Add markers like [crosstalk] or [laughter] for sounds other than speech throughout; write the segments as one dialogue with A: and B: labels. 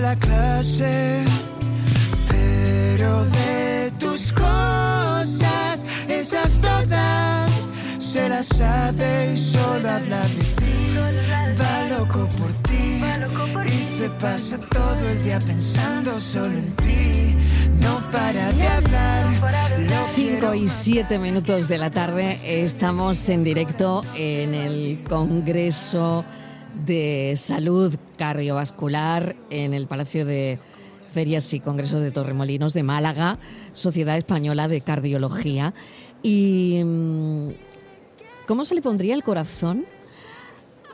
A: la clase, pero de tus cosas, esas todas, se las sabe y solo habla de ti. Va loco por ti y se pasa todo el día pensando solo en ti. No para de hablar. lo
B: 5 y 7 minutos de la tarde estamos en directo en el Congreso de Salud Cardiovascular en el Palacio de Ferias y Congresos de Torremolinos de Málaga, Sociedad Española de Cardiología. ¿Y mm, cómo se le pondría el corazón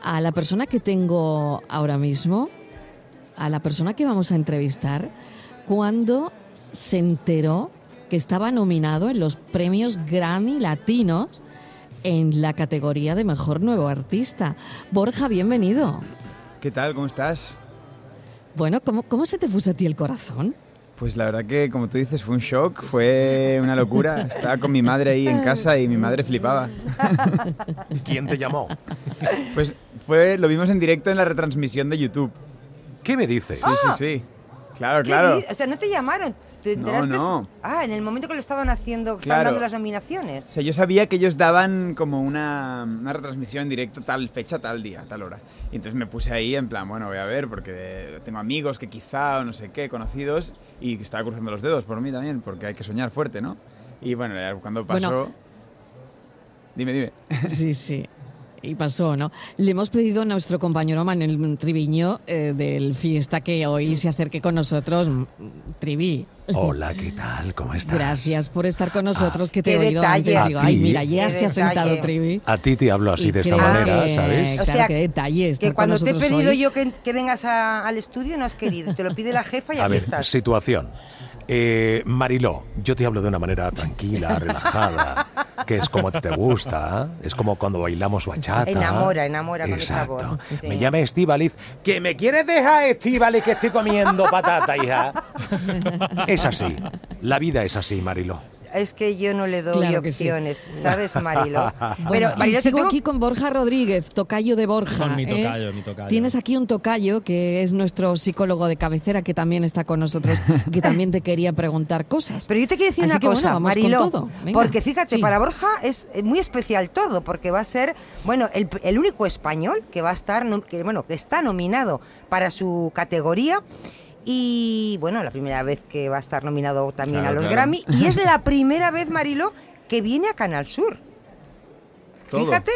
B: a la persona que tengo ahora mismo, a la persona que vamos a entrevistar, cuando se enteró que estaba nominado en los premios Grammy Latinos en la categoría de Mejor Nuevo Artista? Borja, bienvenido.
C: ¿Qué tal? ¿Cómo estás?
B: Bueno, ¿cómo, cómo se te puso a ti el
D: [laughs]
B: corazón?
C: Pues la verdad que, como tú dices, fue un shock, fue una
D: [laughs]
C: locura. Estaba con mi madre ahí en casa y mi madre flipaba.
E: ¿Quién te llamó?
C: Pues fue, lo vimos en directo en la retransmisión de YouTube.
E: ¿Qué me dices?
C: Sí, sí, sí. Claro,
D: ¡Ah! ¿Qué
C: claro.
D: di- O sea, no te llamaron. ¿Te
C: No,
D: enteraste?
C: no.
D: Ah, en el momento que lo estaban haciendo, que estaban
C: Claro.
D: dando las
C: O
D: nominaciones.
C: sea, yo sabía que ellos daban como una, una retransmisión en directo tal fecha, tal día, tal hora. Y entonces me puse ahí en plan, bueno, voy a ver, porque tengo amigos que quizá, o no sé qué, conocidos, y estaba cruzando los dedos por mí también, porque hay que soñar fuerte, ¿no? Y bueno, ya cuando pasó...
B: Bueno.
C: Dime, dime.
B: Sí, sí. Y pasó, ¿no? Le hemos pedido a nuestro compañero Manuel Triviño eh, del Fiesta que hoy se acerque con nosotros. Mm, Trivi,
E: Hola, ¿qué tal? ¿Cómo estás?
B: gracias por estar con nosotros, que te
D: Ah, Qué
B: he oído
D: detalle.
B: antes. Digo,
E: A
B: ay,
E: ti.
B: mira, ya
D: Qué
B: se ha sentado
D: detalle.
B: Trivi.
E: A ti te hablo así
B: Y
E: de esta
B: creo
E: manera,
B: que-
E: ¿sabes?
B: Claro, qué detalle estar
D: que
B: con
D: cuando te he
B: nosotros
D: pedido
B: hoy.
D: yo que, que vengas a- al estudio no has querido. Te lo pide
C: [laughs]
D: la jefa y
E: A
D: aquí
E: ver,
D: estás.
E: situación. Eh, Mariló, yo te hablo de una
B: [laughs]
E: manera tranquila, relajada, que es como a ti te gusta, ¿eh? es como cuando bailamos bachata.
D: Enamora, enamora con esa
E: Exacto.
D: voz, sí.
E: Me llama Estivaliz. ¿Que me quieres dejar, Estivaliz, que estoy comiendo
B: [laughs]
E: patata, hija? es así. La vida es así, Mariló.
D: Es que yo no le doy
B: Claro que sí.
D: opciones, ¿sabes,
C: [laughs]
D: Marilo?
B: Bueno, y
D: Mariló, te
B: sigo
D: tengo-
B: aquí con Borja Rodríguez, tocayo de Borja.
F: Con mi
B: ¿eh?
F: tocayo, mi tocayo.
B: Tienes aquí un tocayo que es nuestro psicólogo de cabecera que también está con nosotros, que también te quería preguntar cosas.
D: Pero yo te quiero decir
B: Así
D: una
B: que, bueno,
D: cosa,
B: vamos con
D: Mariló,
B: todo. Venga.
D: porque fíjate,
B: Sí.
D: para Borja es eh, muy especial todo, porque va a ser, bueno, el, el único español que va a estar, nom- que, bueno, que está nominado para su categoría. Y bueno, la primera vez que va a estar nominado también
C: Claro,
D: a los
C: claro.
D: Grammy. Y es la primera vez, Mariló, que viene a Canal Sur.
C: Todo.
D: Fíjate,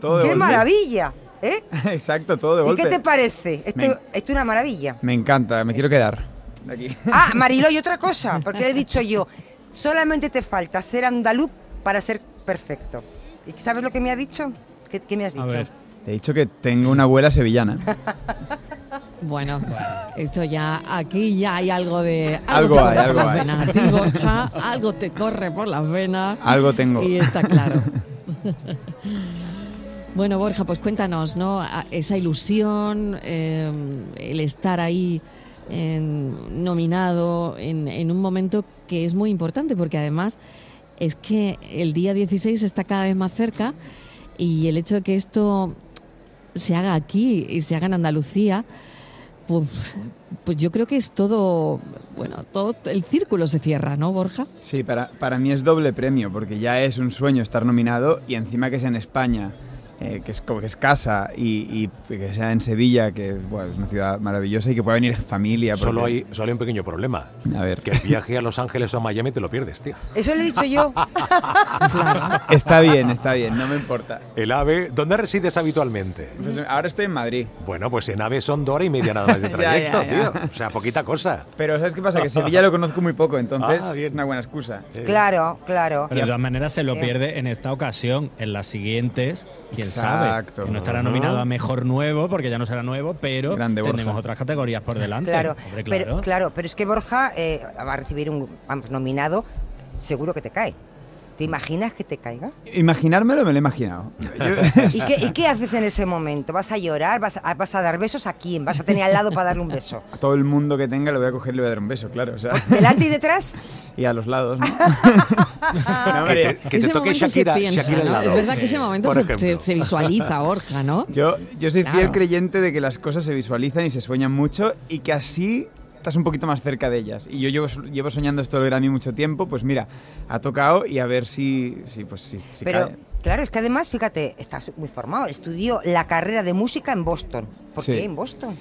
C: Todo de
D: qué
C: golpe.
D: maravilla. ¿eh?
C: [laughs] Exacto, todo de
D: ¿Y
C: golpe.
D: qué te parece? Esto,
C: Me-
D: esto es una maravilla.
C: Me encanta, me quiero quedar aquí.
D: Ah, Mariló, y otra cosa, porque le he dicho yo, solamente te falta ser andaluz para ser perfecto. ¿Y sabes lo que me ha dicho? ¿Qué, qué me has
F: A
D: dicho?
F: ver,
C: Te he dicho que tengo una abuela sevillana.
B: Bueno, esto ya, aquí ya hay algo de...
C: Algo
B: te
C: hay,
B: corre por
C: algo
B: las
C: hay.
B: venas a ti, Borja, algo te corre por las venas.
C: Algo tengo.
B: Y está claro. [laughs] bueno, Borja, pues cuéntanos, ¿no? A- Esa ilusión, eh, el estar ahí en- nominado en, en un momento que es muy importante, porque además es que el día 16 está cada vez más cerca y el hecho de que esto se haga aquí y se haga en Andalucía, pues, pues yo creo que es todo, bueno, todo el círculo se cierra, ¿no, Borja?
C: Sí, para, para mí es doble premio, porque ya es un sueño estar nominado y encima que sea en España, eh, que, es, como que es casa, y, y que sea en Sevilla, que bueno, es una ciudad maravillosa y que pueda venir familia. porque-
E: Solo hay, solo hay un pequeño problema.
C: A ver,
E: Que el viaje a Los Ángeles o a Miami te lo pierdes, tío.
D: Eso le he dicho
F: [laughs]
D: yo.
C: [laughs] está bien, está bien, no me importa.
E: El AVE, ¿dónde resides habitualmente?
C: Pues ahora estoy en Madrid.
E: Bueno, pues en AVE son dos horas y media nada más
C: [laughs]
E: de
C: Ya,
E: trayecto,
C: ya, ya.
E: tío. O sea, poquita cosa.
C: Pero ¿sabes qué pasa? Que Sevilla lo conozco muy poco, entonces
E: Ah, bien.
C: es una buena excusa.
D: Claro, claro.
F: pero de todas maneras se lo
D: Ya. Eh.
F: pierde en esta ocasión, en las siguientes, quién
C: Exacto.
F: sabe. Que no estará
E: Ajá.
F: nominado a mejor nuevo, porque ya no será nuevo, pero
C: Grande, Borja.
F: tenemos otras categorías por delante.
D: Claro,
F: Hombre, claro.
D: pero, claro, pero es que Borja eh, va a recibir un vamos, nominado, seguro que te cae. ¿Te imaginas que te caiga?
C: Imaginármelo me lo he imaginado. Yo-
D: ¿Y qué, y qué haces en ese momento? ¿Vas a llorar? ¿Vas a, vas a dar besos a quién? ¿Vas a tener al lado para darle un beso?
C: a todo el mundo que tenga lo voy a coger y le voy a dar un beso, claro. O sea,
D: ¿Delante y detrás?
C: y a los lados,
E: [laughs]
C: ¿no? No,
E: Que
C: hombre,
E: te, que te toque
B: momento
E: Shakira,
B: se piensa,
E: Shakira al
B: ¿no?
E: lado.
B: Es verdad que ese momento
E: Por
B: se,
E: ejemplo.
B: se- se visualiza, Borja, ¿no?
C: Yo, yo soy
B: Claro.
C: fiel creyente de que las cosas se visualizan y se sueñan mucho y que así estás un poquito más cerca de ellas. Y yo llevo, llevo soñando esto del Grammy mucho tiempo, pues mira, ha tocado y a ver si, si, pues, si, si
D: Pero
C: cae.
D: claro, es que además, fíjate, estás muy formado. Estudió la carrera de música en Boston. ¿Por
C: Sí.
D: qué en Boston?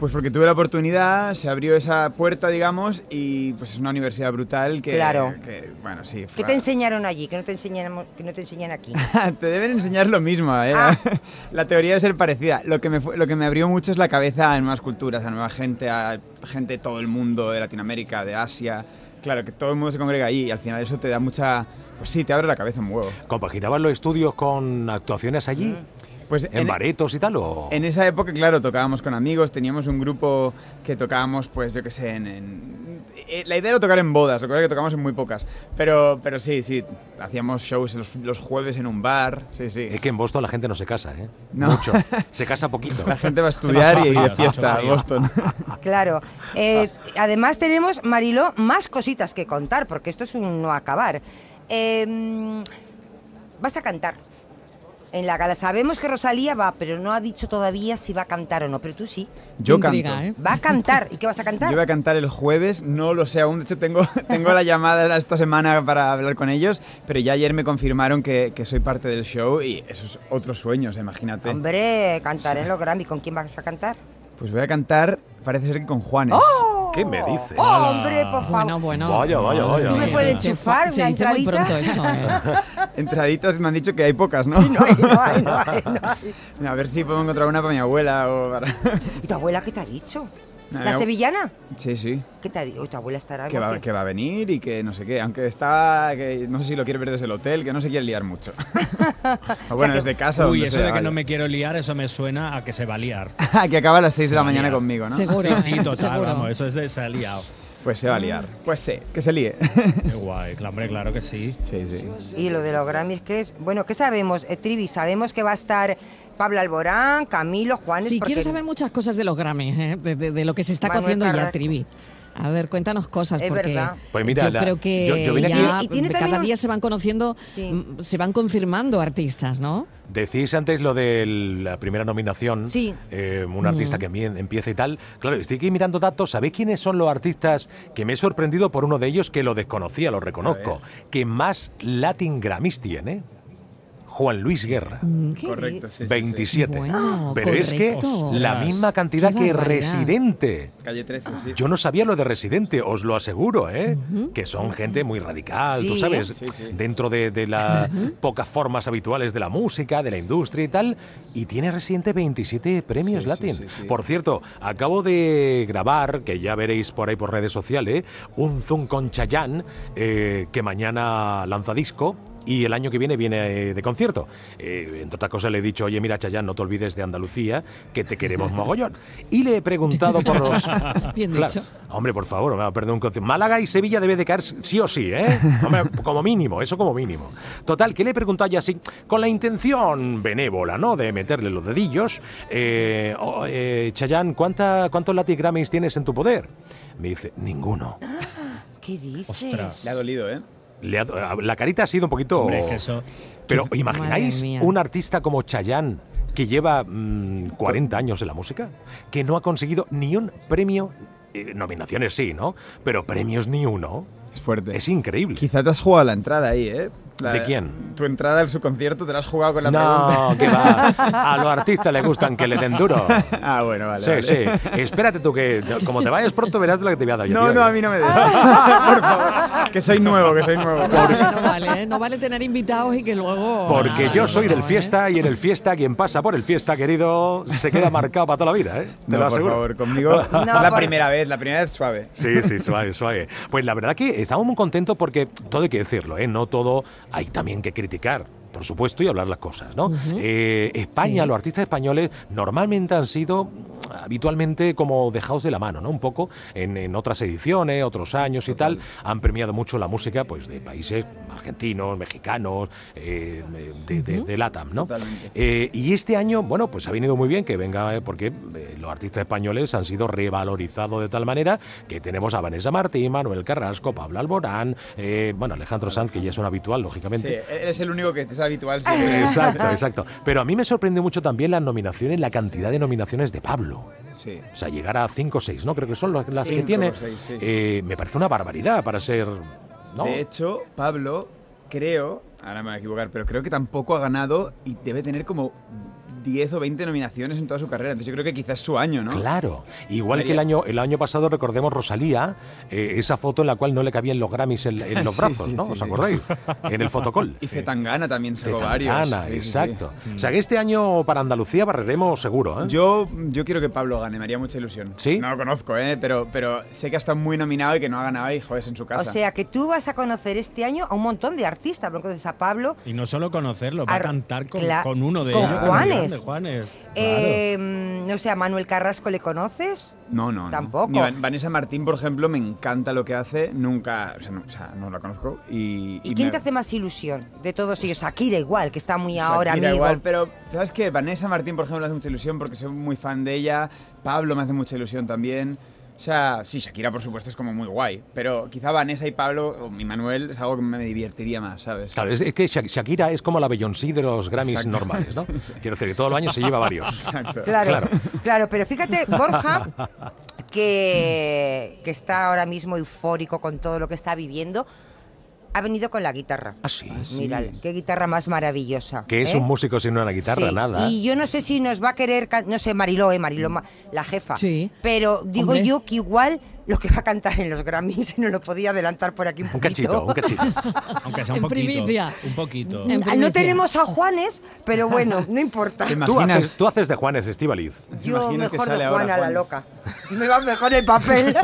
C: Pues porque tuve la oportunidad, se abrió esa puerta, digamos, y pues es una universidad brutal que...
D: Claro.
C: que, bueno, sí.
D: ¿Qué
C: fue-
D: te enseñaron allí? Que no te enseñan, que no te enseñan aquí.
C: [laughs] te deben enseñar lo mismo, ¿eh?
D: Ah.
C: [laughs] La teoría de ser parecida. Lo que, me, fu- lo que me abrió mucho es la cabeza a nuevas culturas, a nueva gente, a gente de todo el mundo, de Latinoamérica, de Asia. Claro, que todo el mundo se congrega allí y al final eso te da mucha... Pues sí, te abre la cabeza un huevo.
E: ¿Compaginaban los estudios con actuaciones allí?
C: Pues
E: ¿En, baretos y tal? O...
C: En esa época, claro, tocábamos con amigos, teníamos un grupo que tocábamos, pues yo qué sé, en... en- eh, la idea era tocar en bodas, lo que pasa es que tocamos en muy pocas. Pero, pero sí, sí, hacíamos shows los, los jueves en un bar, sí, sí.
E: Es que en Boston la gente no se casa, ¿eh?
C: No.
E: Mucho. Se
C: [laughs]
E: casa poquito.
C: La gente va a estudiar y de
F: Mucho
C: fiesta a
F: frío.
C: Boston.
D: Claro. Eh, además tenemos, Mariló, más cositas que contar, porque esto es un no acabar. Eh, vas a cantar en la gala. Sabemos que Rosalía va, pero no ha dicho todavía si va a cantar o no, pero tú sí.
C: Yo canto.
B: Intriga, ¿eh?
D: Va a cantar. ¿Y qué vas
C: [laughs]
D: a
C: Yo voy
D: cantar?
C: a cantar el jueves, no lo sé aún. De hecho, tengo, [laughs] tengo la llamada esta semana para hablar con ellos, pero ya ayer me confirmaron que, que soy parte del show y esos otros sueños, imagínate.
D: Hombre, cantar en los Grammy. ¿Con quién vas a cantar?
C: Pues voy a cantar, parece ser que con Juanes.
E: ¿Qué me dices?
D: ¡Oh, hombre, por favor!
B: Bueno, bueno.
E: [laughs] Vaya, vaya, vaya.
D: ¿Tú me
B: Se
D: puedes
B: dice
D: chufar
B: fa- Se
D: una
B: dice muy
D: entradita?
B: pronto eso,
D: [laughs]
B: ¿eh?
C: Entraditas me han dicho que hay pocas, ¿no?
D: No hay, no hay, no hay, no
C: [laughs]
D: hay.
C: A ver si puedo encontrar una para mi abuela o para... [laughs]
D: ¿Y tu abuela qué te ha dicho?
C: No,
D: ¿La
C: mi abue-
D: sevillana?
C: Sí, sí.
D: ¿Qué te ha dicho? Uy, Tu abuela estará
C: Que va,
D: emocionada.
C: que va a venir y que no sé qué. Aunque está... Que no sé si lo quiere ver desde el hotel, que no se quiere liar mucho. [laughs] o bueno,
D: que-
C: desde casa.
F: Uy,
C: donde
F: eso
C: sea, eh.
F: de que no
C: vaya.
F: me quiero liar, eso me suena a que se va
D: [laughs]
F: a liar.
C: [laughs] que acaba a las 6 de la
F: Va a
C: mañana
F: liar.
C: conmigo, ¿no?
B: Seguro,
F: Sí, sí,
B: ¿eh?
F: total,
B: Seguro.
F: vamos, eso es de se ha liado.
C: Pues se va a liar. Pues sí, que se
E: [laughs]
C: líe.
F: Qué guay, claro, hombre, claro que sí.
C: sí, sí.
D: Y lo de los Grammys, que es? Bueno, ¿qué sabemos, eh, Trivi? Sabemos que va a estar Pablo Alborán, Camilo, Juanes.
B: Sí,
D: porque-
B: quiero saber muchas cosas de los Grammys, ¿eh? de, de- de lo que se está
D: Manuel
B: cociendo ya,
D: Carrasco.
B: Trivi. A ver, cuéntanos cosas,
D: Es
B: porque
D: verdad.
E: Pues mira,
B: yo
E: la-
B: creo que
E: yo- yo vine aquí-
B: ya
D: Y- y tiene
B: cada
D: también un-
B: día se van conociendo,
D: Sí.
B: mm, se van confirmando artistas, ¿no?
E: Decís antes lo de la primera nominación,
D: Sí.
E: eh, un artista que empie- empieza y tal. Claro, estoy aquí mirando datos. ¿Sabéis quiénes son los artistas que me he sorprendido por uno de ellos que lo desconocía, lo reconozco? Que más Latin Grammys tiene. Juan Luis Guerra.
C: Correcto, sí, sí, sí.
E: 27.
D: Ah.
B: Bueno,
E: Pero es que
B: correcto.
E: la
F: Ostras.
E: misma cantidad
B: Qué
E: que
B: barbaridad.
E: Residente.
C: Calle 13, Pues sí.
E: Yo no sabía lo de Residente, os lo aseguro, ¿eh? Que son gente muy radical, tú
D: Sí.
E: sabes,
C: Sí, sí.
E: dentro de, de las pocas formas habituales de la música, de la industria y tal. Y tiene Residente 27
C: Sí,
E: premios
C: sí,
E: Latin.
C: sí, sí.
E: Por cierto, acabo de grabar, que ya veréis por ahí por redes sociales, un Zoom con Chayanne, eh, que mañana lanza disco. Y el año que viene viene eh, de concierto. Eh, entre otras cosas le he dicho, oye, mira, Chayanne, no te olvides de Andalucía, que
C: [laughs]
E: te queremos mogollón. Y le he preguntado por los...
B: Bien
E: Claro.
B: dicho.
E: Hombre, por favor, me va a perder un concierto. Málaga y Sevilla debe de caer sí o sí, ¿eh? Hombre, como mínimo, eso como mínimo. Total, que le he preguntado ya así, con la intención benévola, ¿no? De meterle los dedillos. Eh, oh, eh, Chayanne, ¿cuánta, ¿cuántos Latin Grammys tienes en tu poder? Me dice, ninguno.
D: ¿Qué dices?
F: Ostras.
C: Le ha dolido, ¿eh?
E: Le ha- la carita ha sido un poquito...
F: Hombre, es que
C: Oh.
F: eso.
B: [laughs]
E: Pero
B: Madre
E: ¿imagináis
B: mía.
E: un artista como Chayanne que lleva mm, 40 años en la música, que no ha conseguido ni un premio, eh, nominaciones sí, ¿no? Pero premios ni uno.
C: Es fuerte.
E: Es increíble.
C: Quizá te has jugado la entrada ahí, ¿eh? La-
E: ¿De quién?
C: Tu entrada al su concierto te la has jugado con la
E: No, que va.
C: [laughs]
E: A los artistas les gustan que le den duro.
C: pregunta. [laughs] Ah, bueno, vale.
E: sí,
C: vale.
E: sí. Espérate tú que como te vayas pronto verás lo que te voy a dar. yo,
C: No,
E: tío.
C: no, a mí
E: [laughs]
C: no me des. Por favor. Que soy nuevo, que soy nuevo.
B: No vale, [laughs] no vale, ¿eh? No vale tener invitados y que luego...
E: Porque
B: nada,
E: yo
B: no,
E: soy
B: no,
E: del
B: ¿eh?
E: fiesta y en el fiesta quien pasa por el fiesta, querido, se queda marcado para toda la vida, ¿eh? Te
C: No,
E: lo
C: por
E: aseguro.
C: favor,
E: [laughs]
C: conmigo.
D: No,
C: la
D: por-
C: primera vez, la primera vez suave.
E: Sí, sí, suave, suave. Pues la verdad que estamos muy contentos porque todo hay que decirlo, ¿eh? No todo hay también que criticar. Por supuesto, y hablar las cosas, ¿no? Eh, España,
B: Sí.
E: los artistas españoles normalmente han sido mm, habitualmente como dejados de la mano, ¿no? Un poco en, en otras ediciones, otros años y tal, han premiado mucho la música, pues, de países argentinos, mexicanos, eh, de, de- de LATAM, ¿no?
C: Totalmente.
E: Eh, y este año, bueno, pues ha venido muy bien que venga, eh, porque eh, los artistas españoles han sido revalorizados de tal manera que tenemos a Vanessa Martín, Manuel Carrasco, Pablo Alborán, eh, bueno, Alejandro Sanz, que ya es un habitual,
C: Sí,
E: lógicamente.
C: él es el único que es habitual. sí.
E: Exacto, exacto. Pero a mí me sorprende mucho también las nominaciones, la cantidad de nominaciones de Pablo.
C: Sí.
E: O sea, llegar a 5 o 6, ¿no? Creo que son las, las
C: Sí.
E: que tiene.
C: Cinco o seis, sí.
E: Eh, me parece una barbaridad para ser. ¿no?
C: De hecho, Pablo, creo, ahora me voy a equivocar, pero creo que tampoco ha ganado y debe tener como 10 o 20 nominaciones en toda su carrera. Entonces yo creo que quizás es su año, ¿no?
E: Claro. Igual
C: Pero
E: que el
C: ya-
E: año, el año pasado, recordemos Rosalía, eh, esa foto en la cual no le cabían los Grammys
C: [laughs]
E: en, en los
C: Sí,
E: brazos,
C: sí,
E: ¿no?
C: sí,
E: ¿Os
C: sí.
E: acordáis? En el fotocall.
C: [laughs] Y Zetangana también sacó varios.
E: Zetangana,
C: Sí, sí, sí.
E: exacto. O sea que este año para Andalucía barreremos seguro, ¿eh?
C: Yo, yo quiero que Pablo gane, me haría mucha ilusión.
E: ¿Sí?
C: No lo conozco, ¿eh? pero, pero sé que ha estado muy nominado y que no ha ganado y joder, es en su
D: O
C: casa.
D: sea, que tú vas a conocer este año a un montón de artistas. porque Conoces a Pablo,
F: Y no solo conocerlo, va a
D: Ar-
F: cantar con,
D: cla-
F: con uno de
D: con
F: ellos.
D: Juanes.
F: Juan de Juanes.
D: eh, mm, no sé, a Manuel Carrasco le conoces.
C: no, no, no.
D: Tampoco.
C: Ni Van- Vanessa Martín, por ejemplo, me encanta lo que hace. Nunca, o sea, no, o sea, no la conozco. ¿Y,
D: ¿Y,
C: y
D: quién
C: me-
D: te hace más ilusión de todos ellos? Shakira igual, que está muy
C: Shakira
D: ahora amigo.
C: igual, pero ¿sabes qué? Vanessa Martín, por ejemplo, me hace mucha ilusión porque soy muy fan de ella. Pablo me hace mucha ilusión también. O sea, sí, Shakira, por supuesto, es como muy guay. Pero quizá Vanessa y Pablo, o mi Manuel, es algo que me divertiría más, ¿sabes?
E: Claro, es, es que Shak- Shakira es como la Beyoncé de los Grammys
C: Exacto. [laughs]
E: normales, ¿no? Quiero decir, que todos los años se lleva varios.
C: Exacto.
D: Claro,
E: Claro.
D: [laughs] claro, pero fíjate, Borja, que, que está ahora mismo eufórico con todo lo que está viviendo, ha venido con la guitarra.
E: Ah, sí.
D: Mira, qué guitarra más maravillosa.
E: Que es
D: ¿eh?
E: un músico sin una guitarra,
D: Sí,
E: nada.
D: Y yo no sé si nos va a querer, can- no sé, Mariló, eh, Mariló, ma- la jefa.
B: Sí.
D: Pero digo
B: Hombre.
D: yo que igual lo que va a cantar en los Grammys [laughs] no lo podía adelantar por aquí un
E: Un
D: poquito.
E: cachito, un
C: [laughs]
E: cachito.
F: Aunque sea un
B: En
F: poquito.
B: primicia.
F: Un poquito.
B: En
D: Ah,
B: primicia.
D: No tenemos a Juanes, pero bueno, no importa.
C: Te
E: Tú
C: imaginas-
E: haces, tú haces de Juanes Estivaliz.
C: ¿Te
D: Yo
C: imaginas que
D: mejor
C: sale
D: de
C: ahora
D: Juana la
C: Juanes?
D: loca. Me va mejor el papel.
B: [laughs]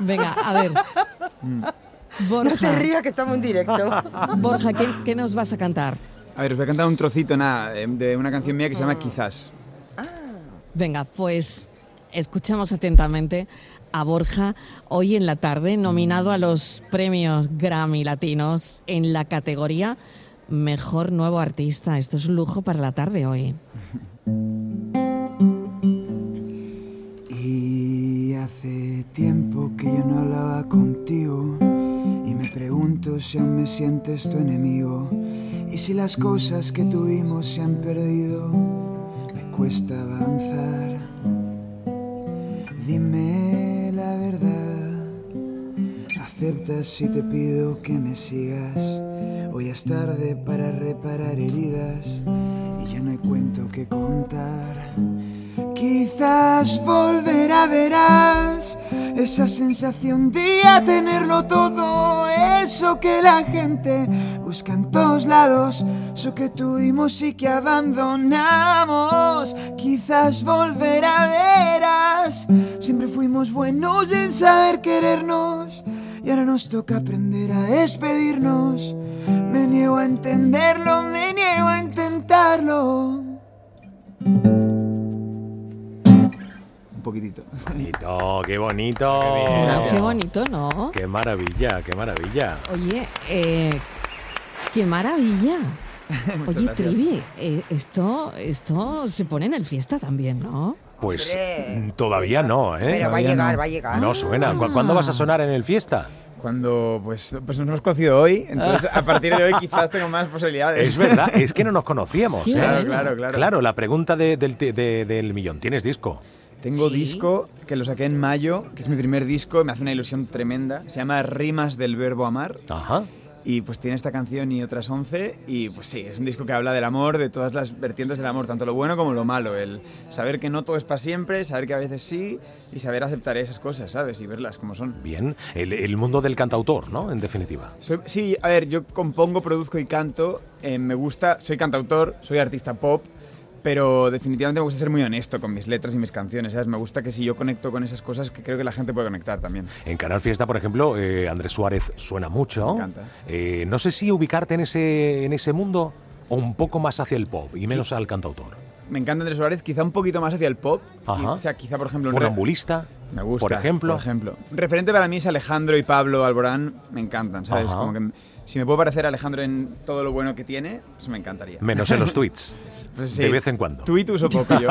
B: Venga, a ver.
D: No se
B: Borja,
D: ría que estamos en directo.
B: Borja ¿qué, qué nos vas a cantar?
C: A ver, os voy a cantar un trocito, nada, de- de una canción mía que se
D: Ah.
C: llama Quizás.
B: Venga, pues escuchamos atentamente a Borja hoy en la tarde, nominado a los premios Grammy Latinos en la categoría Mejor Nuevo Artista. Esto es un lujo para la tarde hoy.
A: Y hace tiempo que yo no hablaba contigo y me pregunto si aún me sientes tu enemigo y si las cosas que tuvimos se han perdido, me cuesta avanzar. Dime la verdad, aceptas si te pido que me sigas. Hoy es tarde para reparar heridas y ya no hay cuento que contar. Quizás volverá, verás esa sensación de ya tenerlo todo, eso que la gente busca en todos lados, eso que tuvimos y que abandonamos. Quizás volverá, verás, siempre fuimos buenos en saber querernos y ahora nos toca aprender a despedirnos. Me niego a entenderlo, me niego a intentarlo. Un poquitito.
E: Bonito, qué bonito.
B: Bueno, qué bonito, ¿no?
E: Qué maravilla, qué maravilla.
B: Oye, eh, qué maravilla.
C: [laughs] Muchas
B: Oye,
C: gracias.
B: Trivi, eh, esto, esto se pone en el fiesta también, ¿no?
E: Pues
D: Hombre.
E: mm, todavía no, ¿eh?
D: Pero va a
C: Todavía
D: llegar,
C: no.
D: va a llegar.
C: Ah.
E: No suena. ¿Cu- ¿Cuándo vas a sonar en el fiesta?
C: Cuando, pues, pues nos hemos conocido hoy, entonces a partir
D: [laughs]
C: de hoy quizás tengo más posibilidades. [laughs]
E: Es verdad, es que no nos conocíamos.
B: Qué
E: ¿eh?
B: bueno.
C: Claro, claro, claro.
E: Claro, la pregunta de- del, ti- de- del millón. ¿Tienes disco?
C: Tengo
D: Sí.
C: disco que lo saqué en mayo, que es mi primer disco, y me hace una ilusión tremenda. Se llama Rimas del verbo amar
E: Ajá.
C: y pues tiene esta canción y otras 11 y pues sí, es un disco que habla del amor, de todas las vertientes del amor, tanto lo bueno como lo malo, el saber que no todo es para siempre, saber que a veces sí y saber aceptar esas cosas, ¿sabes? Y verlas como son.
E: Bien. El, el mundo del cantautor, ¿no? En definitiva.
C: Soy- sí, a ver, yo compongo, produzco y canto. eh, me gusta, soy cantautor, soy artista pop, pero definitivamente me gusta ser muy honesto con mis letras y mis canciones. ¿sabes? Me gusta que si yo conecto con esas cosas, que creo que la gente puede conectar también.
E: En Canal Fiesta, por ejemplo, eh, Andrés Suárez suena mucho.
C: Me encanta.
E: Eh, no sé si ubicarte en ese, en ese mundo o un poco más hacia el pop y menos al cantautor.
C: Me encanta Andrés Suárez, quizá un poquito más hacia el pop.
E: Ajá.
C: O sea, quizá, por ejemplo, un re-
E: Funambulista,
C: Me gusta.
E: por ejemplo.
C: Por ejemplo. Un referente para mí es Alejandro y Pablo Alborán. Me encantan, ¿sabes?
E: Ajá.
C: Como que m- si me puedo parecer a Alejandro en todo lo bueno que tiene, pues me encantaría. [laughs]
E: Menos en los tweets.
C: Pues
E: de vez en cuando.
C: Tweet uso poco
E: [laughs]
C: yo.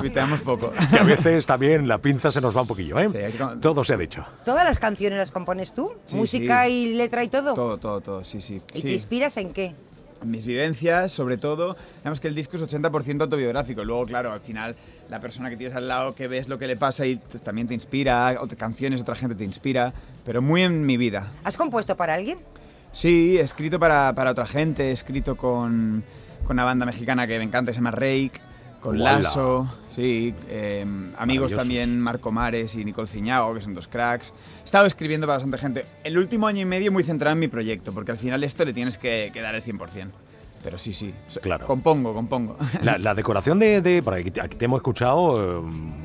C: Tuiteamos
E: [laughs]
C: poco.
E: Que a veces también la pinza se nos va un poquillo, ¿eh?
C: Sí, hay que con-
E: Todo se ha dicho.
D: ¿Todas las canciones las compones tú?
C: Sí,
D: ¿Música
C: sí.
D: y letra y todo?
C: Todo, todo, todo, sí, sí.
D: ¿Y
C: sí.
D: te inspiras en qué?
C: mis vivencias, sobre todo. Digamos que el disco es 80% autobiográfico. Luego, claro, al final, la persona que tienes al lado, que ves lo que le pasa y pues, también te inspira, o te- canciones, otra gente te inspira, pero muy en mi vida.
D: ¿Has compuesto para alguien?
C: Sí, he escrito para, para otra gente, he escrito con, con una banda mexicana que me encanta, que se llama Rake, con
E: Uala.
C: Lazo, sí, eh, amigos
E: Maravillosos.
C: también, Marco Mares y Nicole Ciñago, que son dos cracks. He estado escribiendo para bastante gente. El último año y medio muy centrado en mi proyecto, porque al final esto le tienes que, que dar el 100%. Pero sí, sí, so-
E: Claro.
C: compongo, compongo. [laughs]
E: La, la decoración de, de- porque aquí te- aquí te hemos escuchado eh,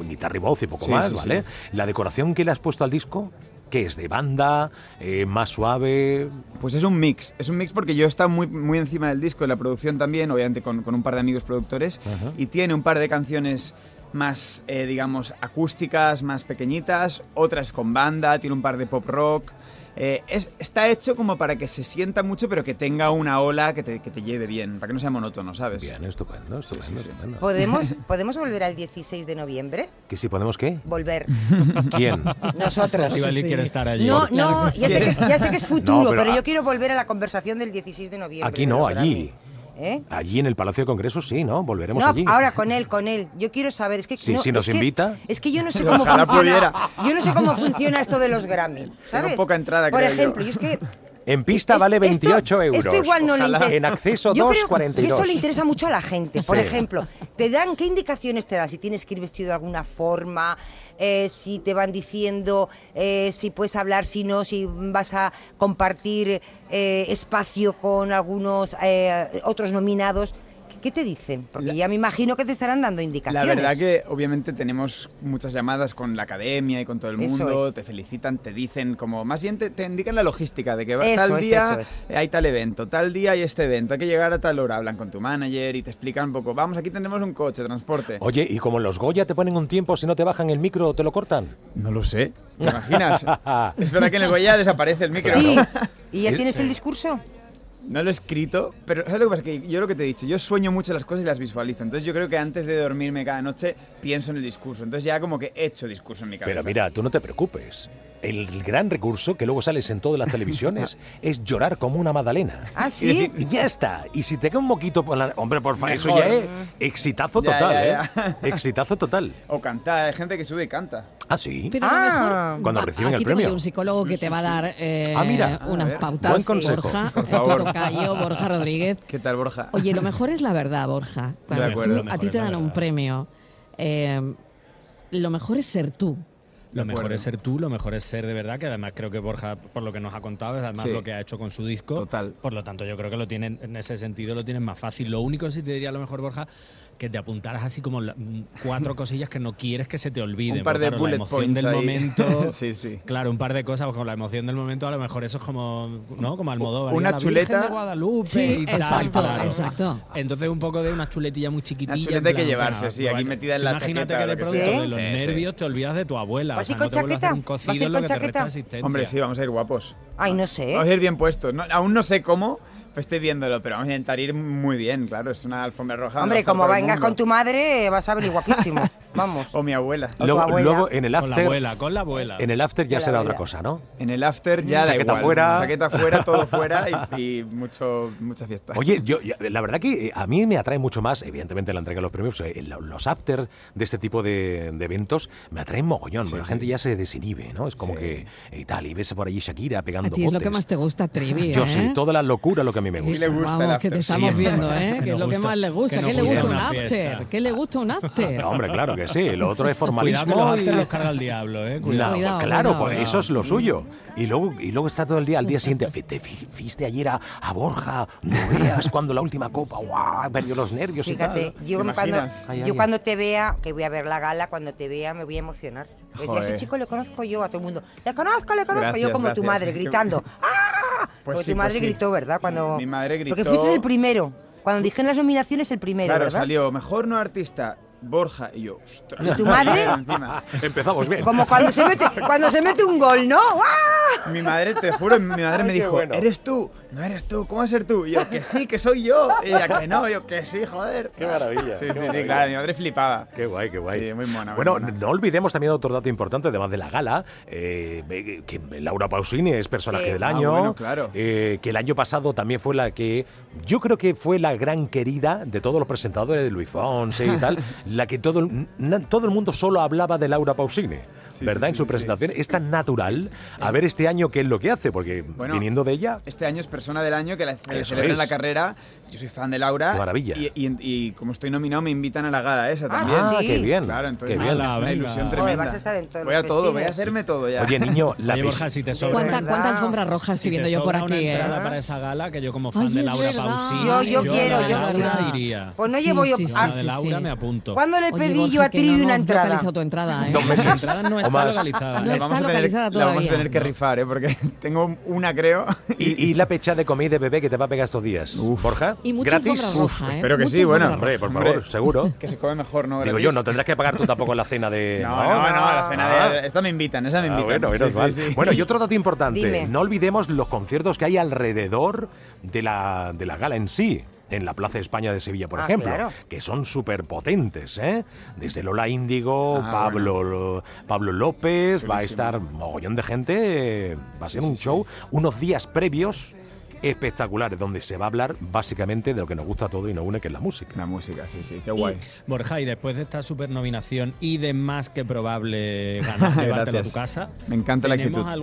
E: guitarra y voz y poco
C: Sí,
E: más,
C: sí,
E: ¿vale?
C: sí.
E: La decoración que le has puesto al disco, que es de banda, eh, más suave,
C: Pues es un mix, es un mix porque yo he estado muy, muy encima del disco, de la producción también, obviamente con, con un par de amigos productores,
E: Ajá.
C: y tiene un par de canciones más, eh, digamos, acústicas, más pequeñitas, otras con banda, tiene un par de pop rock. Eh, es- está hecho como para que se sienta mucho, pero que tenga una ola que te, que te lleve bien, para que no sea monótono,
D: Pues
C: ¿sabes?
E: Bien, estupendo, estupendo,
C: sí, sí.
E: estupendo.
D: ¿Podemos, ¿Podemos volver al 16 de noviembre?
E: ¿Que si podemos qué?
D: Volver.
E: ¿Quién?
D: Nosotros.
F: Estivali
B: Sí.
F: quiere estar allí.
D: No,
B: Claro
D: no,
B: que
D: ya sé, que es, ya sé que es futuro,
E: No, pero
D: pero,
E: a-
D: yo quiero volver a la conversación del 16 de noviembre.
E: Aquí
D: de
E: no,
D: los
E: allí.
D: Grammy. ¿Eh?
E: Allí en el Palacio de Congresos, sí, ¿no? Volveremos
D: No,
E: allí.
D: ahora con él, con él. Yo quiero saber. Es que,
E: Sí,
D: no,
E: si nos
D: es que-
E: invita.
D: es que yo no sé cómo
C: Ojalá
D: funciona.
C: pudiera.
D: Yo no sé cómo funciona esto de los Grammy. ¿Sabes?
C: poca entrada,
D: Por
C: creo yo.
D: ejemplo, yo es que.
E: En pista
D: es-
E: vale 28
D: esto-
E: euros.
D: Esto igual no
E: Ojalá.
D: le interesa.
E: En acceso
D: Yo creo
E: 2,42.
D: que Esto le interesa mucho a la gente. Por
E: Sí.
D: ejemplo, te dan qué indicaciones te dan si tienes que ir vestido de alguna forma, Eh, si te van diciendo eh, si puedes hablar, si no, si vas a compartir eh, espacio con algunos eh, otros nominados. ¿Qué- ¿Qué te dicen? Porque
C: La-
D: ya me imagino que te estarán dando indicaciones.
C: La verdad que obviamente tenemos muchas llamadas con la academia y con todo el
D: Eso
C: mundo,
D: es.
C: te felicitan, te dicen como, más bien te, te indican la logística de que va-
D: Eso
C: tal
D: es,
C: día
D: eso es.
C: hay tal evento, tal día hay este evento, hay que llegar a tal hora, hablan con tu manager y te explican un poco, vamos, aquí tenemos un coche, transporte.
E: Oye, y como en los Goya te ponen un tiempo, si no te bajan el micro o te lo cortan. Ah,
C: No lo sé. ¿Te
D: [laughs]
C: imaginas? es verdad que en el Goya desaparece el micro.
D: Sí.
C: ¿no?
D: ¿Y ya
E: Es-
D: tienes el discurso?
C: No lo he escrito, pero ¿sabes lo que pasa? Que yo lo que te he dicho, yo sueño mucho las cosas y las visualizo. Entonces yo creo que antes de dormirme cada noche pienso en el discurso. Entonces ya como que he hecho discurso en mi cabeza.
E: Pero mira, tú no te preocupes. El gran recurso que luego sales en todas las televisiones es llorar como una magdalena.
D: Ah,
C: Y
D: sí.
C: decir,
E: Y ya está. Y si te cae un moquito por la... Hombre, por favor, eso
C: Mejor.
E: ya es exitazo
C: Ya,
E: total,
C: ya, ya.
E: ¿eh? Exitazo total.
C: O cantar, hay gente que sube y canta.
E: Ah, sí.
B: Pero a lo mejor
D: Ah.
E: Cuando
B: va-
E: reciben
B: aquí
E: el premio.
B: tengo yo un psicólogo que te va a dar eh,
E: Ah, mira.
C: A
B: unas
C: ver,
B: pautas.
E: buen consejo.
B: Borja,
C: Por favor.
B: tu tocayo, Borja Rodríguez.
C: ¿Qué tal, Borja?
B: Oye, lo mejor es la verdad, Borja. Cuando
C: De acuerdo.
B: tú-
C: Lo
B: a
F: mejor
B: ti
F: es
B: te
F: la
B: dan un
F: verdad.
B: premio, eh, lo mejor es ser tú.
C: De
F: Lo mejor
C: acuerdo.
F: es ser tú, lo mejor es ser de verdad, que además creo que Borja, por lo que nos ha contado, es además
C: Sí.
F: lo que ha hecho con su disco.
C: Total.
F: Por lo tanto, yo creo que lo tienen, en ese sentido lo tienen más fácil. Lo único sí te diría a lo mejor, Borja, que te apuntaras así como la- mm,
C: [laughs]
F: cuatro cosillas que no quieres que se te olviden.
C: un par de
F: porque, claro,
C: bullet
F: la emoción
C: points
F: del
C: ahí. [laughs]
F: momento.
C: sí, sí.
F: Claro, un par de cosas, porque con la emoción del momento a lo mejor eso es como, ¿no? Como Almodóvar.
C: Una
F: y la Virgen
C: chuleta.
F: de Guadalupe
B: Sí,
F: y tal,
B: exacto,
F: claro.
B: exacto.
F: Entonces un poco de una chuletilla muy chiquitilla.
C: Una
F: en
C: chuleta hay que
F: plan,
C: llevarse,
F: venga,
C: sí,
F: pues,
C: aquí metida en la
F: Imagínate
C: chaqueta o
F: que
C: lo
F: de
C: que
F: pronto
C: sea.
F: de los
C: Sí, sí.
F: nervios te olvidas de tu abuela.
D: ¿Vas
F: o
D: a ir
F: sea,
D: con
F: no te vuelve a hacer
D: chaqueta?
F: un
D: ¿Vas a ir
F: cocido en lo
D: con
F: que te resta
D: chaqueta?
F: asistencia.
C: Hombre, sí, vamos a ir guapos.
D: Ay, no sé.
C: Vamos a ir bien puestos. No, aún no sé cómo, pues estoy viéndolo, pero vamos a intentar ir muy bien, claro. Es una alfombra roja. donde va a
D: Hombre,
C: estar
D: como
C: todo el
D: vengas
C: mundo.
D: con tu madre, eh, vas a venir
C: [laughs]
D: guapísimo. Vamos.
C: O mi abuela.
D: tu
E: Luego,
D: abuela.
E: luego en el
F: Con la
E: after...
F: abuela, con la abuela.
E: En el after ya
D: Con la
E: será otra
D: abuela.
E: cosa, ¿no?
C: En el after ya da
E: Chaqueta
C: igual.
E: fuera.
C: Chaqueta fuera, todo fuera y, y mucho, mucha fiesta.
E: Oye, yo, yo- la verdad que eh, a mí me atrae mucho más, evidentemente la entrega de los premios, eh, lo- los afters de este tipo de, de eventos me atraen mogollón, porque la gente ya se desinhibe, ¿no? Es como
C: Sí.
E: que y tal, y ves por allí Shakira
B: A
E: pegando
B: ti es lo que
E: botes.
B: más te gusta, Trivi.
E: Yo
B: ¿eh?
E: sí, toda la locura lo que a mí me
C: Sí,
E: gusta.
C: le gusta el
B: Vamos, que
C: after.
B: te estamos
E: Siempre.
B: viendo, ¿eh? que
F: Que
B: es
F: nos
B: lo que
F: gusta-
B: más le
F: que
B: gusta.
F: nos
B: ¿Qué le
E: gusta
B: gusta un
F: una
B: after?
F: fiesta.
B: ¿Qué le gusta un after?
E: No, hombre, claro que sí. Lo otro es
F: Cuidado que los
E: formalismo. y-
F: after los carga el diablo, ¿eh?
E: No,
F: Cuidado.
B: Cuidado, cuidado,
E: claro, pues
B: cuidado.
E: eso es lo suyo. Y luego, y luego está todo el día, al día siguiente, "Fe- te fi- fuiste ayer a, a Borja, no veas cuando la última copa, guau, perdió los nervios y
D: Fíjate,
E: tal.
D: yo
C: Pues ¿Te
D: cuando,
C: imaginas?
E: Ay, ay,
D: yo
E: ay.
D: cuando te vea, que voy a ver la gala, cuando te vea me voy a emocionar. Decía, ese
C: Joder.
D: chico le conozco yo a todo el mundo. Le conozco, le conozco.
C: Gracias,
D: yo como tu
C: gracias.
D: madre,
C: [laughs]
D: gritando. ¡Ah!
C: Pues
D: Porque
C: sí,
D: tu madre
C: pues sí.
D: gritó, ¿verdad? Cuando,
C: Mi madre
D: Porque
C: gritó.
D: fuiste el primero. Cuando dije en las nominaciones, el primero,
C: claro,
D: ¿verdad?
C: salió mejor no artista. Borja. Y yo, ostras.
D: ¿Y tu madre?
C: Encima.
E: Empezamos bien.
D: Como cuando se
C: [laughs]
D: mete, cuando se mete un gol, ¿no? ¡Ah!
C: Mi madre, te juro, mi madre me
E: Ay, qué
C: dijo,
E: bueno.
C: ¿eres tú? No eres tú, ¿cómo vas a ser tú? Y yo, que sí, que soy yo. Y ella, que no, yo, que sí, joder.
E: Qué maravilla,
C: Sí,
E: qué
C: sí, sí,
E: maravilla.
C: claro, mi madre flipaba.
E: Qué guay, qué guay.
C: Sí, muy mona, muy
E: Bueno,
C: mona.
E: no olvidemos también otro dato importante, además de la gala, eh, eh, que Laura Pausini es personaje
D: Sí.
E: del
C: Ah,
E: año.
C: bueno, claro.
E: eh, que el año pasado también fue la que, yo creo que fue la gran querida de todos los presentadores de Luis Fonsi y
C: [laughs]
E: tal, la que todo, el- na- todo el mundo solo hablaba de Laura Pausini.
C: Sí,
E: ¿Verdad?
C: sí,
E: en
C: sí,
E: su
C: sí.
E: presentación es tan natural a ver este año qué es lo que hace, porque
C: Bueno,
E: viniendo de ella,
C: Este año es persona del año que la que le
E: Eso
C: celebran
E: es.
C: la carrera. Yo soy fan de Laura.
E: Qué maravilla.
C: Y, y- y como estoy nominado, me invitan a la gala esa también.
E: ah,
D: sí.
E: qué bien,
C: Claro, entonces
E: qué
C: me
E: bien.
C: hace
F: Ala,
C: una ilusión
F: venga.
C: tremenda.
D: Joder, vas a estar en todos
C: voy
D: los
C: a todo, voy a
D: festines.
C: hacerme todo ya. [laughs]
E: Oye, niño, la
F: Oye,
E: pis-
F: Borja, si te sobra,
B: ¿Cuánta,
D: ¿verdad?
B: cuánta alfombra roja
F: si
B: estoy
F: te
B: viendo yo por
F: sobra
B: aquí?
F: una
B: eh?
F: entrada para esa gala, que yo como fan
B: Ay,
F: de
B: es
F: Laura
B: verdad.
F: Pausini...
D: Yo- yo quiero,
F: la
D: yo
F: Laura
D: quiero.
F: iría.
D: Pues no llevo yo-
F: La
D: Ah,
F: de Laura me apunto.
D: ¿Cuándo le
B: Oye,
D: pedí
B: Borja,
D: yo a
B: que
D: Trivi
B: no
D: una
B: hemos
D: entrada?
B: localizado tu entrada, ¿eh?
E: Dos meses.
F: La entrada no
E: O
F: está
E: más.
F: localizada.
B: No
C: La
F: ¿eh?
B: está
C: vamos a tener-
B: localizada
C: La vamos
B: todavía.
C: a tener que rifar, ¿eh? porque [laughs] tengo una, creo. [laughs]
E: Y, y la pecha de comida y bebé que te va a pegar estos días. Borja,
B: Y mucha
E: gratis.
B: alfombra roja, ¿eh?
C: espero que
B: Mucha
C: sí, bueno,
B: alfombra
E: Hombre,
B: roja.
E: por favor,
C: Hombre.
E: seguro.
C: [laughs] Que se come mejor, ¿no?
E: Digo
C: Gratis.
E: yo, no tendrás que pagar tú tampoco la cena de.
C: No, no, no, la cena de-
E: Ah.
C: Esta me invitan, esa me
E: Ah,
C: invitan.
E: bueno,
C: Sí,
E: menos
C: sí,
E: mal.
C: sí.
E: Bueno, y otro dato importante.
D: Dime.
E: No olvidemos los conciertos que hay alrededor de la, de la gala en sí. En la Plaza España de Sevilla, por
D: Ah,
E: ejemplo,
D: claro.
E: que son súper potentes, ¿eh? Desde Lola Índigo,
C: Ah,
E: Pablo, Pablo López, va a
C: Chulísimo.
E: estar mogollón de gente, eh, va a ser un
C: sí,
E: show, unos días previos espectaculares, donde se va a hablar básicamente de lo que nos gusta a todos y nos une, que es la música.
C: La música, sí, sí, qué guay.
F: Y, Borja, y después de esta super nominación y de más que probable ganar, llevártelo a tu
C: Gracias.
F: casa.
C: Me encanta la
F: ¿Tenemos
C: actitud.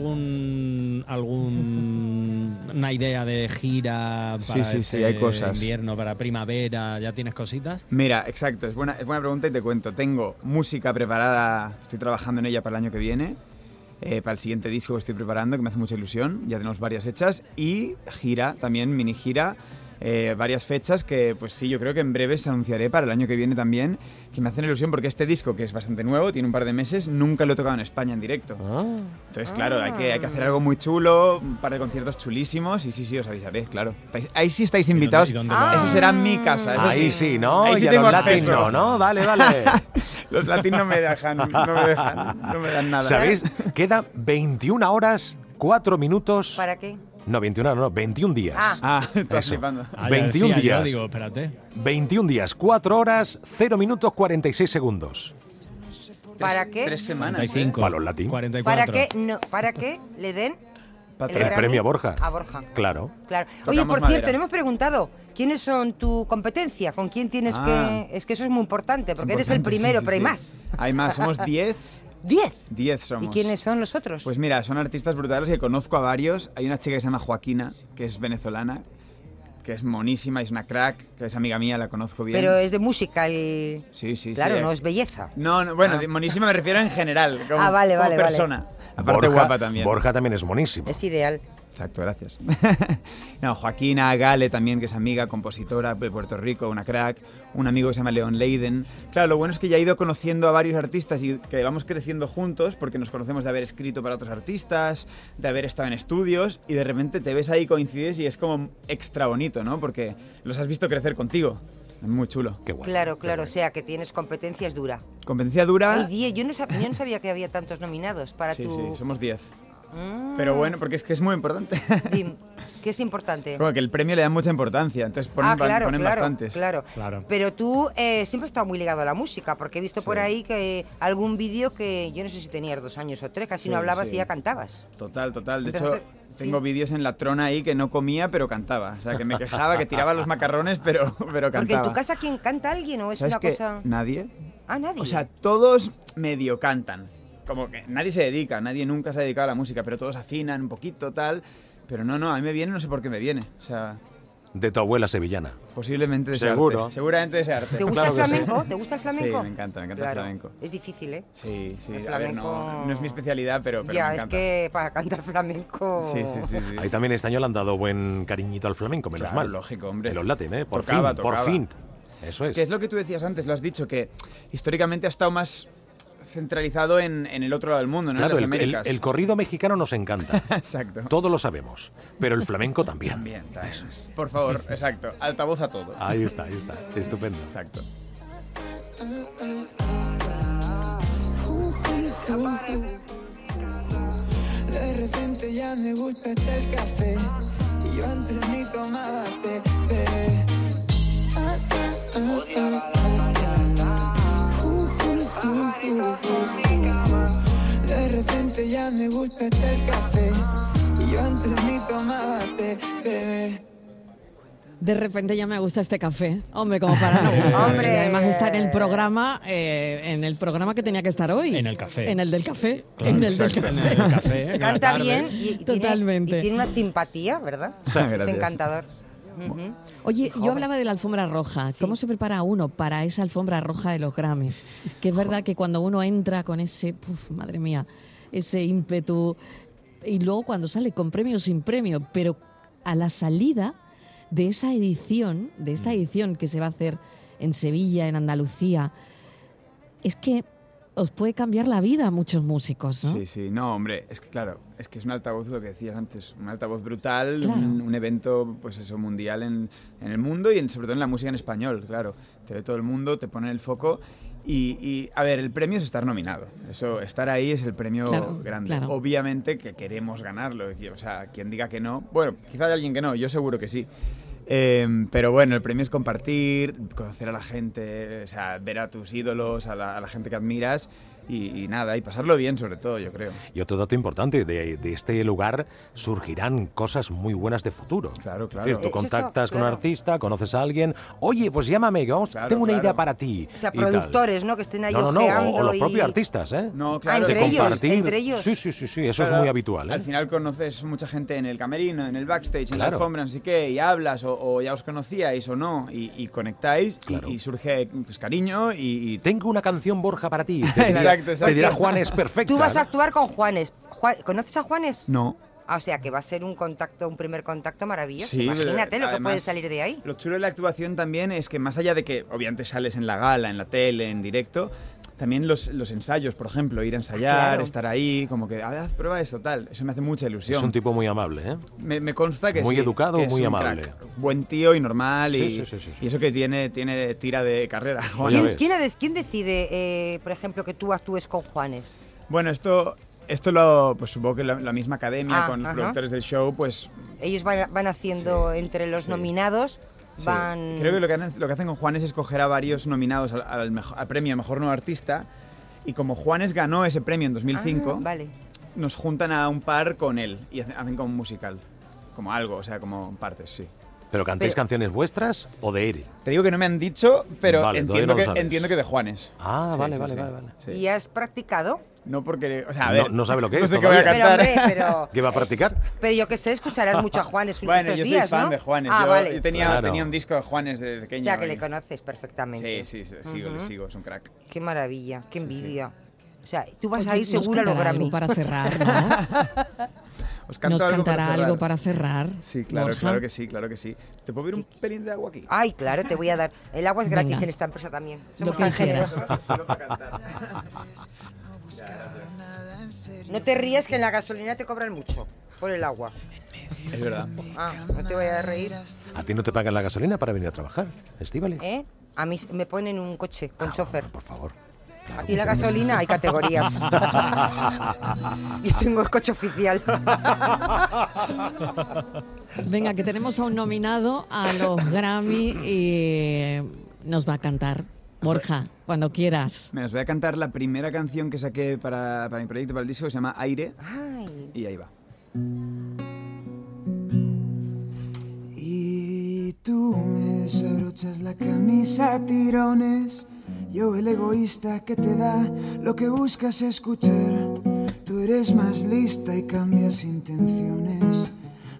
F: algún algún una idea de gira
C: Sí,
F: para
C: sí, sí,
F: este
C: hay cosas.
F: invierno, para primavera? ¿Ya tienes cositas?
C: Mira, exacto, es buena, es buena pregunta y te cuento. Tengo música preparada, estoy trabajando en ella para el año que viene, eh, para el siguiente disco que estoy preparando, que me hace mucha ilusión, ya tenemos varias hechas, y gira también, mini gira, eh, varias fechas que pues sí, yo creo que en breves anunciaré para el año que viene también, que me hacen ilusión porque este disco, que es bastante nuevo, tiene un par de meses, nunca lo he tocado en España en directo.
F: Ah.
C: Entonces, claro, hay que, hay que hacer algo muy chulo, un par de conciertos chulísimos, y sí, sí, os avisaré, claro. Estáis- Ahí sí estáis
F: dónde-
C: invitados,
F: y dónde
C: ese
F: lo haces?
C: será mi casa. eso
E: Ahí sí, ¿no?
C: Ahí sí
E: y a
C: tengo
E: los latinos,
C: acceso.
E: ¿no? Vale,
C: [laughs]
E: vale.
C: Los latinos no me dejan, no me dejan, no me dan nada.
E: ¿Sabéis? Quedan 21 horas, 4 minutos.
D: ¿Para qué?
E: No, 21 horas, no, 21 días.
D: Ah.
C: Ah, estás
E: Eso.
C: flipando.
F: Ah, ya
E: 21
F: decía yo,
E: días.
F: digo, espérate.
E: 21 días, 4 horas, 0 minutos, 46 segundos.
D: ¿Para
C: Tres-
D: qué?
C: Tres semanas.
F: 45.
E: Para los latín.
F: 44.
D: ¿Para qué? No, ¿Para qué le den
C: Para
E: El
D: Grammy
E: premio a Borja.
D: A Borja.
E: Claro.
D: Claro.
C: Tocamos
D: Oye, por
C: madera.
D: cierto, le hemos preguntado quiénes son tu competencia, con quién tienes
C: Ah.
D: que. Es que eso es muy importante, porque eres el
C: Importante, sí,
D: primero,
C: sí,
D: pero hay
C: sí.
D: más.
C: Hay más, somos 10.
D: ¡Diez!
C: 10 somos.
D: ¿Y quiénes son los otros?
C: Pues mira, son artistas brutales que conozco a varios. Hay una chica que se llama Joaquina, que es venezolana, que es monísima, es una crack, que es amiga mía, la conozco bien.
D: pero es de música el.
C: Sí, sí,
D: claro,
C: sí.
D: no es belleza.
C: No, no, bueno, de monísima me refiero en general, como,
D: Ah, vale,
C: como
D: vale, vale.
C: persona. Aparte
E: Borja-
C: guapa también.
E: Borja también es buenísimo.
D: Es ideal.
C: Exacto, gracias. [laughs] no, Joaquina Gale también, que es amiga, compositora de Puerto Rico, una crack, un amigo que se llama Leon Leiden. Claro, lo bueno es que ya he ido conociendo a varios artistas y que vamos creciendo juntos porque nos conocemos de haber escrito para otros artistas, de haber estado en estudios y de repente te ves ahí, coincides y es como extra bonito, ¿no? Porque los has visto crecer contigo. Es muy chulo.
E: Qué guay.
D: claro, claro. O sea, que tienes competencias dura.
C: Competencia dura.
D: Ay, diez. Yo no, sab- yo no sabía que había tantos nominados para
C: Ah. Sí,
D: tu.
C: sí, somos 10.
D: Mm,
C: Pero bueno, porque es que es muy
D: [laughs]
C: importante.
D: Dim, ¿Qué es importante?
C: como que el premio le da mucha importancia, entonces ponen,
D: ah, claro,
C: ponen
D: claro,
C: bastantes.
D: claro.
F: Claro.
D: Pero tú eh, siempre has estado muy ligado a la música, porque he visto por ahí que algún vídeo que yo no sé si tenías dos años o tres, casi
C: Sí,
D: no hablabas
C: sí.
D: y ya cantabas.
C: Total, total. De hecho,
D: Entonces,
C: tengo
D: sí.
C: vídeos en la trona ahí que no comía, pero cantaba. O sea, que me quejaba, que tiraba los macarrones, pero, pero cantaba.
D: Porque en tu casa, ¿quién canta alguien o es
C: ¿Sabes
D: una
C: qué?
D: cosa.?
C: Nadie.
D: Ah, nadie.
C: O sea, todos medio cantan. Como que nadie se dedica, nadie nunca se ha dedicado a la música, pero todos afinan un poquito, tal. Pero no, no, a mí me viene, no sé por qué me viene. O sea,
E: De tu abuela sevillana.
C: posiblemente de ese
E: Seguro.
C: arte. Seguramente de ese arte.
D: ¿Te gusta el flamenco? ¿Te gusta el flamenco?
C: Sí, me encanta, me encanta el
D: Claro.
C: flamenco.
D: Es difícil, ¿eh?
C: Sí, sí,
D: El
C: a ver, no,
D: flamenco-
C: no es mi especialidad, pero, pero
D: ya,
C: me
D: es
C: encanta.
D: que para cantar flamenco.
C: Sí, sí, sí. sí.
E: Ahí también este año le han dado buen cariñito al flamenco, menos
C: Claro,
E: mal.
C: lógico, hombre.
E: En los latín, ¿eh? Por
C: Tocaba,
E: fin,
C: tocaba.
E: por fin. Eso es.
C: Es que es lo que tú decías antes, lo has dicho, que históricamente ha estado más centralizado en, en el otro lado del mundo, ¿no?
E: claro,
C: en
E: el,
C: las
E: el-
C: Américas.
E: el corrido mexicano
C: [laughs]
E: nos encanta.
C: Exacto.
E: Todos lo sabemos. Pero el flamenco también.
C: Bien, también. Por favor, exacto. Altavoz a todo.
E: Ahí está, ahí está. Estupendo.
C: Exacto.
A: Mm, mm, tú. De repente ya me gusta hasta el café. Y yo antes ni tomaba té. té. Ah, ah, ah, ah, ah, ah. Ju, ju, ju, ju, ju, ju. De repente ya me gusta hasta el café. Y yo antes ni tomaba té, bebé.
B: De repente ya me gusta este café. Hombre, como para no gustar.
D: Hombre.
B: Y además está en el programa, eh, en el programa que tenía que estar hoy.
F: En el café.
B: En el del café. en el del
F: En
B: café.
F: el café, ¿eh? en la
D: Canta
F: tarde.
D: bien y, y
B: Totalmente.
D: Tiene, y tiene una simpatía, ¿verdad?
C: Sí,
D: es
C: gracias.
D: encantador. Ujú.
B: Oye, yo
D: Joder.
B: hablaba de la alfombra roja. ¿Cómo se prepara uno para esa alfombra roja de los Grammy? Que es verdad que cuando uno entra con ese, puf, madre mía, ese ímpetu, y luego cuando sale con premio o sin premio, pero a la salida de esa edición, de
C: Mm.
B: esta edición que se va a hacer en Sevilla, en Andalucía, es que os puede cambiar la vida a muchos músicos,
E: ¿Mm?
B: ¿no?
C: Sí, sí, no, hombre, es que claro, es que es un altavoz lo que decías antes, un altavoz brutal,
B: Claro.
C: un, un evento, pues eso, mundial en, en el mundo y en- sobre todo en la música en español, claro. Te ve todo el mundo, te pone en el foco y, y, a ver, el premio es estar nominado, eso, estar ahí es el premio
B: Claro,
C: grande.
B: claro.
C: Obviamente que queremos ganarlo, y, o sea, quien diga que no, bueno, quizá hay alguien que no, yo seguro que sí. Eh, pero bueno, el premio es compartir, conocer a la gente, o sea, ver a tus ídolos, a la, a la gente que admiras y, y nada, y pasarlo bien sobre todo, yo creo.
E: Y otro dato importante, de, de este lugar surgirán cosas muy buenas de futuro.
C: Claro,
E: Es
C: claro.
E: decir, tú
D: Eh, eso está
E: contactas con un
D: claro.
E: artista, conoces a alguien, oye, pues llámame, que vamos,
C: Claro,
E: tengo una
C: claro.
E: idea para ti.
D: O sea,
E: y tal.
D: productores, ¿no? Que estén ahí
E: No, no, no, o,
D: ojeando
E: o los
D: y-
E: propios artistas, ¿eh?
C: No,
D: Ah,
C: claro.
E: De
D: entre
C: es-
D: ellos,
E: compartir.
D: entre ellos.
E: Sí, sí, sí, sí, eso es
C: Claro,
E: muy habitual, ¿eh?
C: Al final conoces mucha gente en el camerino, en el backstage, en
E: Claro.
C: la alfombra, así que, y hablas, o, o ya os conocíais o no, y, y conectáis, y-
E: Claro.
C: y, surge pues, cariño, y, y
E: Tengo una canción Borja para
C: [laughs]
E: ti. Te dirá,
C: Exacto, exacto.
E: Te dirá Juan es perfecta.
D: Tú vas a
E: ¿no?
D: actuar con Juanes. Juan- ¿Conoces a Juanes?
C: no.
D: Ah, o sea, que va a ser un contacto, un primer contacto maravilloso.
C: Sí, pero
D: Imagínate lo que
C: además,
D: puede salir de ahí.
C: Lo chulo de la actuación también es que más allá de que obviamente sales en la gala, en la tele, en directo, también los, los ensayos, por ejemplo, ir a ensayar,
D: Ah, Claro.
C: estar ahí, como que, ah, haz prueba esto, tal. Eso me hace mucha ilusión.
E: Es un tipo muy amable, ¿eh?
C: Me, me consta que
E: Muy
C: sí,
E: educado,
C: que es
E: muy
C: un
E: amable.
C: crack. Buen tío y normal
E: Sí,
C: y,
E: sí, sí, sí, sí.
C: y eso que tiene, tiene tira de carrera. Juan.
E: ya
D: ¿Quién,
E: ves.
D: quién ha de- quién decide, eh, por ejemplo, que tú actúes con Juanes?
C: Bueno, esto, esto lo, pues supongo que la, la misma academia
D: Ah,
C: con los
D: ajá.
C: productores del show, pues
D: Ellos van, van haciendo entre los
C: sí.
D: nominados,
C: Sí.
D: van...
C: Creo que lo que, han- lo que hacen con Juanes es escoger a varios nominados al, al mejo- al premio Mejor Nuevo Artista. Y como Juanes ganó ese premio en
D: Ah,
C: 2005,
D: vale.
C: nos juntan a un par con él y hacen, hacen como un musical. Como algo, o sea, como partes, sí.
E: ¿Pero cantáis
D: Pero-
E: canciones vuestras o de él?
C: Te digo que no me han dicho, pero
E: Vale, todavía
C: entiendo,
E: no lo
C: que,
E: sabes.
C: entiendo que de Juanes.
E: Ah,
C: Sí,
E: vale,
C: sí,
E: vale,
C: sí.
E: vale, vale.
C: Sí.
D: ¿Y has practicado?
C: No porque, o sea, a
E: No-
C: ver.
E: no sabe lo que
C: No
E: es
C: sé qué voy a
E: todavía.
D: Pero
C: cantar. [laughs]
D: hombre, pero,
E: ¿Qué va a practicar?
D: pero yo qué sé, escucharás mucho a Juanes un-
C: bueno,
D: estos
C: yo soy
D: días,
C: fan
D: ¿no?
C: de Juanes.
D: Ah,
C: yo,
D: vale.
C: yo tenía,
E: Claro.
C: tenía un disco de Juanes desde pequeño.
D: O sea, que
C: y-
D: le conoces perfectamente.
C: Sí, sí, sí, sigo, le
D: Ujú.
C: sigo, es un crack.
D: Qué maravilla, qué envidia. O sea, tú vas a
B: Oye,
D: ir
B: nos
D: Pues seguro a los
B: cantará algo
D: Grammy.
B: para cerrar,
C: [laughs]
B: ¿no?
C: Os canto
B: Nos cantará
C: cerrar.
B: algo para cerrar.
C: Sí, claro,
B: Borja.
C: claro que sí, claro que sí. ¿Te puedo pedir un pelín de agua aquí?
D: Ay, claro, te voy a dar. El agua es gratis
B: Venga.
D: en esta empresa también.
B: Lo
D: Somos
B: que
D: tan
B: quieras.
D: generosos. No te rías que en la gasolina te cobran mucho por el agua.
C: Es verdad.
D: Ah, no te voy a reír.
E: ¿A ti no te pagan la gasolina para venir a trabajar, Estivali?
D: ¿Eh? A mí me ponen un coche con chofer.
E: Por favor.
D: A ti la gasolina hay categorías. [laughs]
C: [laughs]
D: Yo tengo el coche oficial.
B: [laughs] Venga, que tenemos a un nominado a los Grammy y nos va a cantar. Borja, cuando quieras.
C: Mira, os voy a cantar la primera canción que saqué para, para mi proyecto, para el disco, que se llama Aire,
D: Ay,
C: y ahí va.
A: Y tú me desabrochas la camisa a tirones. Yo el egoísta que te da lo que buscas escuchar. Tú eres más lista y cambias intenciones.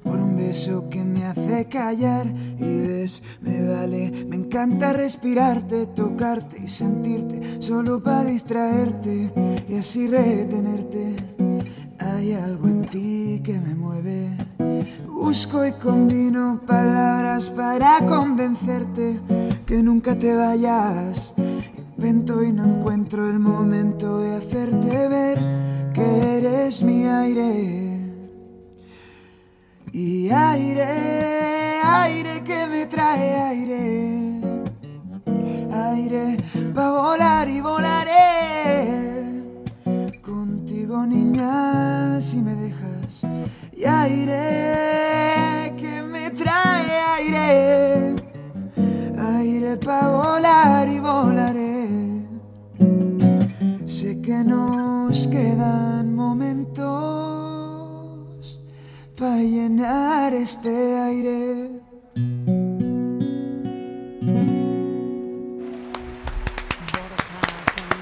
A: Por un beso que me hace callar y ves, me vale, me encanta respirarte, tocarte y sentirte, solo para distraerte y así retenerte. Hay algo en ti que me mueve. Busco y combino palabras para convencerte que nunca te vayas. Invento y no encuentro el momento de hacerte ver que eres mi aire. Y aire, aire que me trae aire. Aire, va a volar y volaré con Pero niña, si me dejas, ya iré, que me trae aire, aire para volar y volaré. Sé que nos quedan momentos para llenar este aire.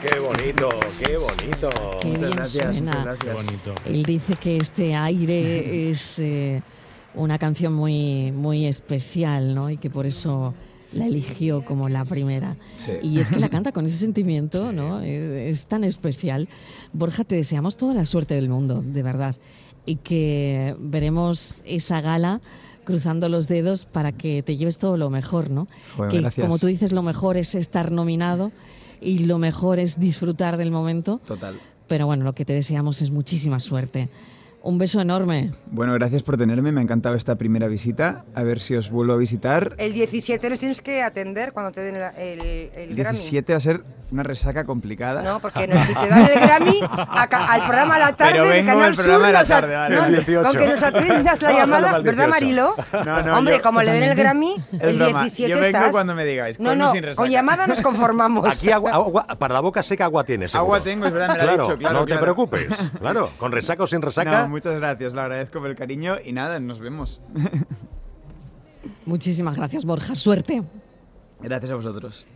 E: Qué bonito, qué bonito.
B: Qué bien suena.
F: Qué bonito.
B: Él dice que este
C: [laughs]
B: aire es eh, una canción muy, muy especial, ¿no? Y que por eso la eligió como la primera.
C: Sí.
B: Y es que la canta
C: [laughs]
B: con ese sentimiento, ¿no? Eh, Es tan especial. Borja, te deseamos toda la suerte del mundo, de verdad. Y que veremos esa gala cruzando los dedos para que te lleves todo lo mejor, ¿no?
C: Joder,
B: que
C: gracias.
B: como tú dices, lo mejor es estar nominado y lo mejor es disfrutar del momento.
C: Total.
B: Pero bueno, lo que te deseamos es muchísima suerte. Un beso enorme.
C: Bueno, gracias por tenerme. Me ha encantado esta primera visita. A ver si os vuelvo a visitar.
D: El 17 los tienes que atender cuando te den el, el, el
C: El
D: Grammy.
C: 17 va a ser una resaca complicada.
D: No, porque no, si te dan el Grammy a ca- al programa La Tarde
C: Pero
D: de
C: vengo
D: Canal
C: al programa
D: Sur,
C: de La
D: nos at-
C: Tarde, vale,
D: no,
C: vale.
D: no, con que
C: [laughs]
D: nos atiendas la llamada,
C: Para el
D: ¿verdad,
C: 18.
D: Mariló?
C: No, no,
D: Hombre,
C: yo-
D: como le den el Grammy,
C: [laughs] Es
D: el
C: broma.
D: 17
C: Yo vengo
D: estás.
C: cuando me digáis,
D: No,
C: con
D: no,
C: o sin resaca.
D: con llamada nos conformamos.
E: Aquí agua, agua- para la boca seca agua tienes. seguro.
C: Agua tengo, es verdad, me lo ha
E: claro,
C: dicho, claro,
E: No te
C: claro.
E: preocupes, claro. Con resaca o sin resaca.
C: No, muchas gracias, lo agradezco por el cariño y nada, nos vemos.
B: Muchísimas gracias, Borja. Suerte.
C: Gracias a vosotros.